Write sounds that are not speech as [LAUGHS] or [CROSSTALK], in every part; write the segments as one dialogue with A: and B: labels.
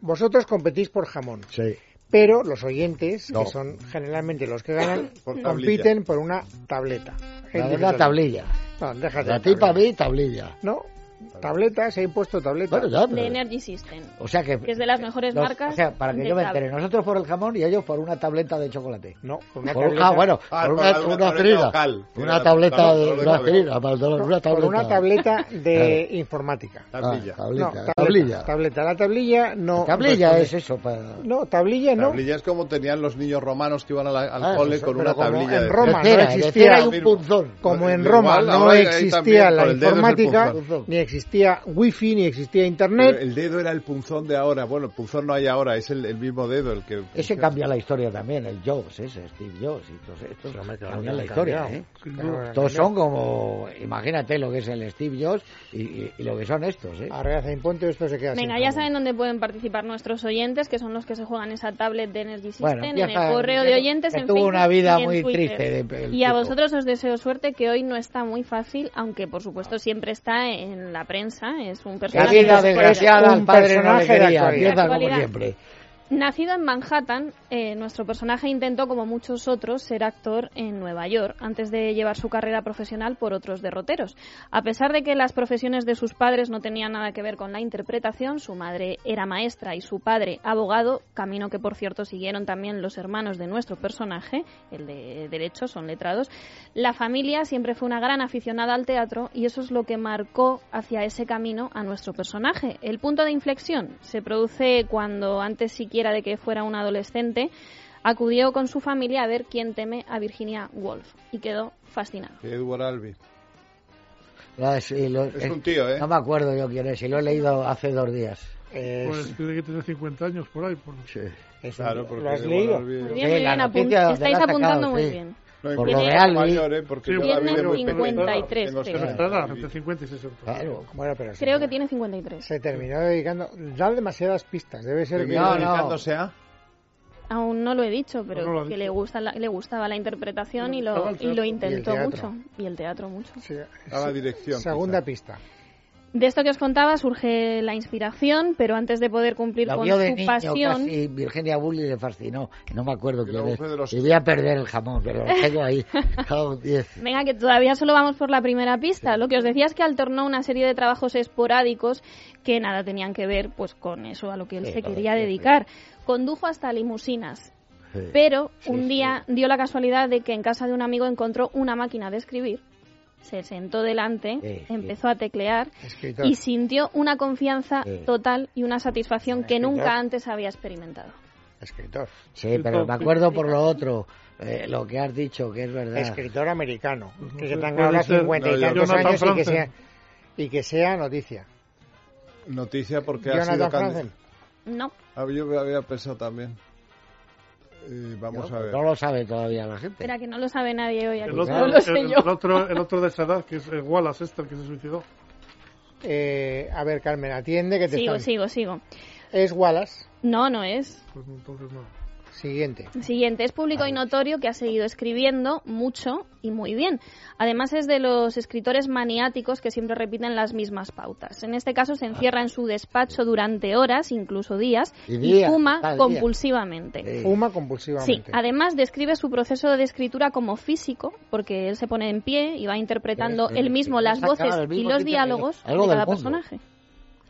A: vosotros competís por jamón.
B: Sí.
A: Pero los oyentes,
B: No.
A: que son generalmente los que ganan,
B: [COUGHS]
A: por-
C: Tablilla.
A: compiten por una tableta.
B: La
A: Gente
B: de
A: que
B: la
A: son-
B: tablilla.
A: No, déjate.
B: La
A: de
B: ti para
A: tableta.
B: mí, tablilla.
A: No, tableta, se ha impuesto tableta.
B: Bueno, ya,
D: de
B: pero-
D: Energy System.
B: O sea que...
D: Que es de las mejores
B: Los-
D: marcas.
B: O sea, para que
D: de
B: yo me
D: tab-
B: entere, nosotros por el jamón y ellos por una tableta de chocolate.
A: No, por una
B: Por-
A: tableta.
B: ah, bueno,
C: Ah,
B: por
C: por
B: una,
C: alguna
B: una
C: tableta
B: aspirina.
C: local.
B: Una
C: Una
B: tableta de
C: tableta
B: una
C: local.
B: aspirina, para-
A: No,
B: una tableta.
A: Por una tableta
B: [LAUGHS]
A: de informática.
C: Tablilla.
B: Ah, tablilla,
A: No,
B: tablilla.
A: tableta. La tablilla no.
B: Tablilla
A: responde.
B: es eso. Para...
A: No, tablilla no.
C: Tablilla es como tenían los niños romanos que iban a la- al
B: Ah,
C: cole
B: eso,
C: con
A: pero
C: una
A: como
C: tablilla.
A: en
C: de-
A: Roma,
B: de cera,
A: Eh, no
B: de
A: existía-
B: cera y un punzón.
A: Como en
C: Igual,
A: Roma
C: ahora
A: no
C: hay
A: existía
C: también,
A: la
C: con el dedo es el
A: informática,
B: punzón.
A: ni existía wifi, ni existía
C: Pero
A: internet.
C: El dedo era el punzón de ahora. Bueno, el punzón no hay ahora, es el, el mismo dedo el que.
B: Ese cambia la historia también, el Jobs, ese, Steve Jobs y todos estos.
A: hombre, claro,
B: Cambian
A: que
B: la
A: han
B: historia,
A: cambiado.
B: ¿eh?
A: Claro que han
B: Todos son como, imagínate lo que es el Steve Jobs y, y- y lo que son estos, ¿eh?
A: Ahora hace impuesto y después se queda sin
D: Venga, ya
A: jamón.
D: saben dónde pueden participar nuestros oyentes, que son los que se juegan esa tablet de Energy System,
B: Bueno,
D: en
B: ya
D: el
B: está,
D: correo
B: que-
D: de oyentes,
B: que
D: en
B: tuvo
D: Facebook
B: una vida
D: y en
B: muy
D: Twitter.
B: triste de- el
D: y a
B: tipo.
D: vosotros os deseo suerte, que hoy no está muy fácil, aunque por supuesto siempre está en la prensa, es un
B: La
D: personaje...
B: vida
D: que-
B: desgraciada,
A: un
B: el padre no le
A: personaje de
B: quería,
A: actualidad.
B: empieza como
D: Actualidad.
B: siempre.
D: Nacido en Manhattan, eh, nuestro personaje intentó, como muchos otros, ser actor en Nueva York, antes de llevar su carrera profesional por otros derroteros. A pesar de que las profesiones de sus padres no tenían nada que ver con la interpretación, su madre era maestra y su padre abogado, camino que por cierto siguieron también los hermanos de nuestro personaje, el de Derecho, son letrados, la familia siempre fue una gran aficionada al teatro y eso es lo que marcó hacia ese camino a nuestro personaje. El punto de inflexión se produce cuando, antes siquiera de que fuera un adolescente, acudió con su familia a ver quién teme a Virginia Woolf y quedó fascinado.
C: Edward Albee.
B: Ah, sí, lo-
C: Es un tío, ¿eh?
B: No me acuerdo yo quién es, y lo he leído hace dos días.
A: Eh,
E: Pues tiene que tener 50 años por ahí. por-
A: es-
C: Claro, porque
A: ¿Lo has
C: Edward
A: leído?
C: Albee-
D: Muy
B: Sí,
D: bien,
B: la
D: muy bien, apun-
B: noticia donde
D: estáis
B: la ha sacado,
D: apuntando muy
B: sí.
D: bien.
C: No,
B: Por
C: incluso
D: lo de
C: era
B: Albi.
C: mayor, ¿eh? Porque
E: Sí,
C: yo la vi
E: tiene
C: de muy
D: 53,
C: pequeño. Tengo
D: creo.
C: seis
E: Pero nada,
C: años.
E: entre 50 y 60.
B: Claro.
A: Bueno, pero se-
D: Creo que tiene 53.
A: Se terminó dedicando. Da demasiadas pistas. Debe ser que.
C: Termina
B: No, no.
C: dedicándose a-
D: Aún no lo he dicho, pero
E: No lo ha
D: que
E: dicho.
D: le, gusta la- le gustaba la interpretación
E: Le
D: y lo,
E: gustaba el
D: y lo
E: teatro.
D: intentó
A: Y el teatro.
D: mucho. Y el teatro mucho.
A: Sí,
C: a la
A: sí.
C: dirección.
A: Segunda
C: quizá.
A: pista.
D: De esto que os contaba surge la inspiración, pero antes de poder cumplir
B: La
D: ¿eh? con
B: vio de
D: su
B: niño
D: pasión,
B: casi, Virginia Woolf y le fascinó. No me acuerdo
C: Que
B: quién
C: luego
B: es.
C: fue de los-
B: Y voy a perder el jamón, pero lo tengo
D: [LAUGHS]
B: ahí. Cada diez.
D: venga que todavía solo vamos por la primera pista. Lo que os decía es que alternó una serie de trabajos esporádicos que nada tenían que ver pues con eso a lo que él
B: Sí,
D: se
B: claro,
D: quería
B: sí, sí.
D: dedicar. Condujo hasta limusinas,
B: Sí.
D: pero un día dio la casualidad de que en casa de un amigo encontró una máquina de escribir. Se sentó delante,
B: Sí, sí.
D: empezó a teclear
A: Escritor.
D: y sintió una confianza
B: Sí.
D: total y una satisfacción que
A: Escritor.
D: nunca antes había experimentado.
A: Escritor.
B: Sí, pero me acuerdo por lo otro, eh, lo que has dicho, que es verdad.
A: Escritor americano. Que
E: Sí,
A: tenga
E: puede
A: ahora
E: ser.
A: 50 y
C: No,
A: tantos
E: Jonathan
A: años y que,
E: Franzen.
A: sea, y que sea noticia.
C: Noticia porque ha sido.
A: Jonathan
C: candi-
A: Franzen.
D: No,
C: Ah, Yo había pensado también. Eh, vamos a ver.
B: No lo sabe todavía la gente.
D: Espera, que no lo sabe nadie hoy aquí.
E: El otro,
D: no lo sé
E: el-
D: yo.
E: el otro, el otro de esa edad, que es eh, Wallace, este, el que se suicidó.
A: Eh, a ver, Carmen, atiende que te
D: Sigo,
A: están-
D: sigo, sigo.
A: Es Wallace.
D: No, no es.
E: Pues entonces no.
A: Siguiente.
D: Siguiente, es público y notorio que ha seguido escribiendo mucho y muy bien. Además es de los escritores maniáticos que siempre repiten las mismas pautas. En este caso se encierra en su despacho durante horas, incluso días,
B: Y
D: y,
B: días, cada
D: fuma
B: día.
D: compulsivamente.
B: Sí.
A: Fuma
D: Sí,
A: compulsivamente.
D: además describe su proceso de escritura como físico, porque él se pone en pie y va interpretando
B: Sí, sí,
D: él mismo
B: sí.
D: las
B: Saca
D: voces
B: el mismo
D: y
B: sitio
D: los
B: que-
D: diálogos de
B: algo del
D: cada
B: mundo.
D: personaje.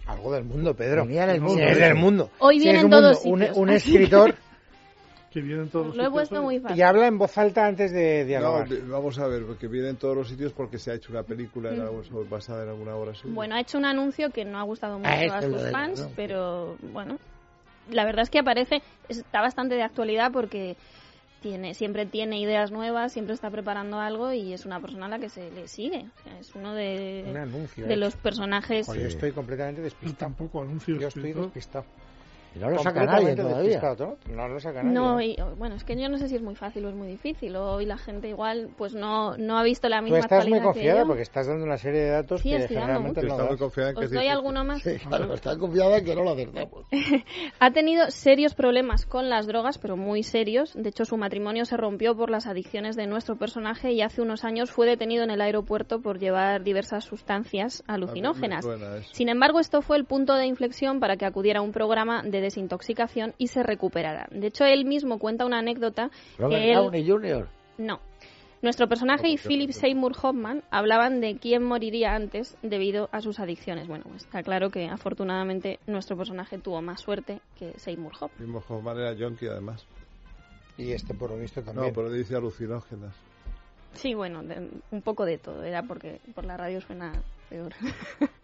A: Algo del mundo, Pedro.
B: Venía del
A: Sí,
B: mundo,
A: es
B: eso.
A: del mundo.
D: Hoy
A: Sí,
D: vienen
A: es un
D: todos
A: mundo. Un-
D: sitios,
A: un
D: así que-
A: escritor
E: Que vienen todos los
D: Lo he
E: sitios,
D: puesto
E: ¿eh?
D: muy
A: y
D: fácil.
A: habla en voz alta antes de
C: No,
A: dialogar.
C: de- vamos a ver, porque viene en todos los sitios porque se ha hecho una película en algo-
E: Mm.
C: sobre- basada en alguna obra suya.
D: Bueno, ha hecho un anuncio que no ha gustado mucho
B: Ah, esto
D: a
B: es lo
D: sus
B: del
D: fans,
B: anuncio.
D: pero bueno, la verdad es que aparece, está bastante de actualidad porque tiene, siempre tiene ideas nuevas, siempre está preparando algo y es una persona a la que se le sigue. O sea, es uno
A: un
D: de,
A: anuncio.
D: de
A: ¿eh?
D: los personajes.
A: Joder, Yo estoy completamente
E: Pero
A: despistado.
E: tampoco anuncio
A: Yo estoy
E: escrito.
A: despistado.
B: Y no lo saca nadie
A: Completamente
B: todavía.
A: despistado, ¿no? No lo saca nadie.
D: No, y, bueno, es que yo no sé si es muy fácil o es muy difícil. Hoy la gente igual pues no, no ha visto la
A: Tú
D: misma
A: estás muy
D: actualidad que
A: confiada
D: yo.
A: porque estás dando una serie de datos
D: Sí,
A: que
D: estoy dando
A: generalmente
C: Yo
A: no
C: estaba
A: das.
C: confiada en que
D: ¿Os
C: sí,
D: doy
C: que-
D: alguno más?
B: Sí, claro, está confiada en que no lo
D: [LAUGHS]
B: acertamos.
D: Ha tenido serios problemas con las drogas, pero muy serios. De hecho, su matrimonio se rompió por las adicciones de nuestro personaje y hace unos años fue detenido en el aeropuerto por llevar diversas sustancias
C: A mí me
D: alucinógenas.
C: suena eso.
D: Sin embargo, esto fue el punto de inflexión para que acudiera a un programa de desintoxicación y se recuperará. De hecho, él mismo cuenta una anécdota
B: Robert
D: que él...
B: Downey Jr.
D: No. Nuestro personaje y Philip Seymour Hoffman hablaban de quién moriría antes debido a sus adicciones. Bueno, pues, está claro que afortunadamente nuestro personaje tuvo más suerte que Seymour Hoffman.
C: Mismo Hoffman era yonki, además.
A: Y este, por lo visto,
C: No,
A: también.
C: pero dice alucinógenas.
D: Sí, bueno, de- un poco de todo. Era porque por la radio suena peor. [LAUGHS]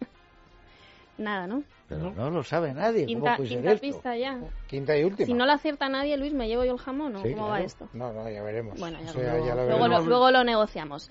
D: Nada, ¿no?
B: Pero
E: No.
B: no lo sabe nadie.
D: Quinta,
B: ¿Cómo puede ser
D: quinta
B: pues esto? Oh,
D: pista ya.
A: Quinta y última.
D: Si no la acierta nadie, Luis, ¿me llevo yo el jamón o
B: Sí,
D: cómo va
B: claro.
D: esto?
A: No, no, ya veremos.
D: Bueno, ya
A: Pues, Eso
D: veremos.
A: ya lo
D: luego,
A: veremos.
D: lo, luego lo negociamos.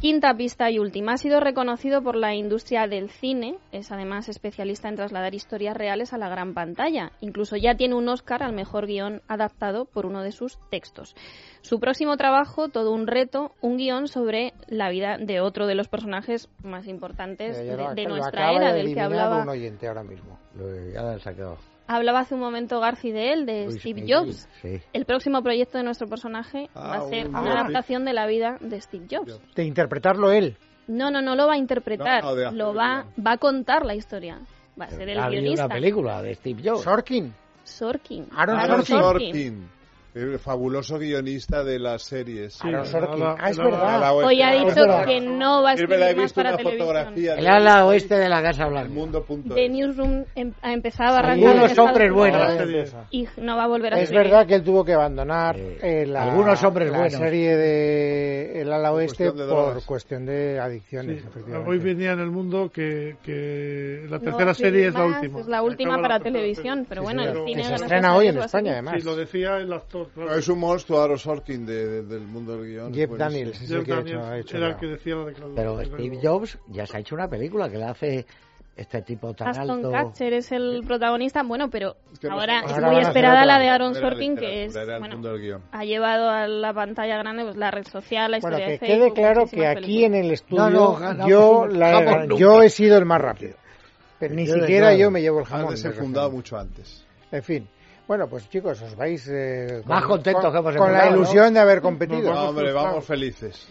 D: Quinta pista y última. Ha sido reconocido por la industria del cine. Es además especialista en trasladar historias reales a la gran pantalla. Incluso ya tiene un Oscar al mejor guión adaptado por uno de sus textos. Su próximo trabajo, todo un reto, un guión sobre la vida de otro de los personajes más importantes
A: Ya, ya lo
D: de, de
A: ac- lo
D: nuestra
A: acaba
D: era,
A: de
D: del que
A: adivinar
D: hablaba.
A: un oyente ahora mismo.
B: Lo- ya lo han sacado.
D: Hablaba hace un momento Garci de él, de
B: Luis
D: Steve
B: Miguel.
D: Jobs.
B: Sí.
D: El próximo proyecto de nuestro personaje va a
C: Ah,
D: ser
C: un-
D: una
C: ah.
D: adaptación de la vida de Steve Jobs.
C: Jobs.
A: De interpretarlo él.
D: No, no, no lo va a interpretar.
C: No, no, de hacer
D: lo
C: el
D: va,
C: guion.
D: va a contar la historia. Va a ser el
B: Ha habido
D: guionista.
B: una película de Steve
A: Oh.
B: Jobs.
A: Sorkin.
D: Sorkin.
A: Aaron Sorkin.
C: El fabuloso guionista de las series.
E: Sí,
A: Aaron
E: el
A: Sorkin.
E: ala-
A: Ah, es
E: el ala-
A: verdad.
C: Ala oeste.
D: Hoy ha
A: Es
D: dicho
A: verdad.
D: que no va a
C: Es verdad, he
D: escribir más
C: visto
D: para
C: una
D: televisión.
C: fotografía
B: El ala oeste este de la Casa Blanca.
C: del mundo punto
D: The
C: es.
D: Newsroom em- ha empezado a arrancar. en
B: Algunos
D: Estados
B: hombres
D: Unidos
B: buenos.
E: Ahora serie.
D: Y no va a volver a
A: Es
D: escribir.
A: verdad que él tuvo que abandonar
B: Eh,
A: eh, la,
B: algunos hombres
A: la
B: buenos.
A: serie de El Ala
C: Por
A: Oeste
C: cuestión de
A: por
C: drogas.
A: cuestión de adicciones.
E: Sí,
A: efectivamente.
E: hoy venía en el mundo que, que
D: No va
E: la
D: a
E: tercera serie es la
D: escribir más,
E: última.
D: Es la última
E: Acaba
D: para
E: tercera
D: televisión,
E: serie.
D: pero
A: Sí,
D: bueno,
A: señor.
D: el cine...
A: Que se
D: gracias
A: estrena
D: a
A: hoy
D: Dios,
A: en
D: va a
A: España,
D: seguir.
A: además.
E: Sí, lo decía el actor. claro.
C: No, es un monstruo Aaron Sorkin de- de- del mundo del guion.
A: Jeff
C: Buenísimo.
A: Daniels es el
E: Jeff
A: que ha
E: Daniels
A: hecho, ha hecho
E: era el
A: la-
E: que decía la declaración.
B: Pero Steve Jobs ya se ha hecho una película que la hace este tipo tan
D: Aston
B: alto.
D: Kutcher es el protagonista. Bueno, pero
C: Es que no
D: ahora
C: sé.
D: es
A: Ahora van
D: muy
A: a hacer
D: esperada
A: otra.
D: la de Aaron
C: Era la
D: Sorkin, que es...
C: literatura, era el
D: bueno,
C: mundo del guion.
D: ha llevado a la pantalla grande pues la red social, la
A: Bueno,
D: historia
A: que
D: de Facebook.
A: quede claro que
D: muchísimas
A: aquí en
D: películas.
A: el estudio
B: no, ganamos
A: yo,
B: un
A: la-
B: jamón nunca.
A: yo he sido el más rápido. Pero ni
B: Yo de
A: siquiera
B: todo.
A: yo me llevo el
C: Ha
A: jamón.
C: desenfundado
A: desgraciadamente.
C: mucho antes.
A: En fin. Bueno, pues chicos, os vais eh,
B: Más contentos que hemos
A: con la
B: empezado, ¿no?
A: ilusión de haber competido.
C: No, hombre, Ah, vamos felices.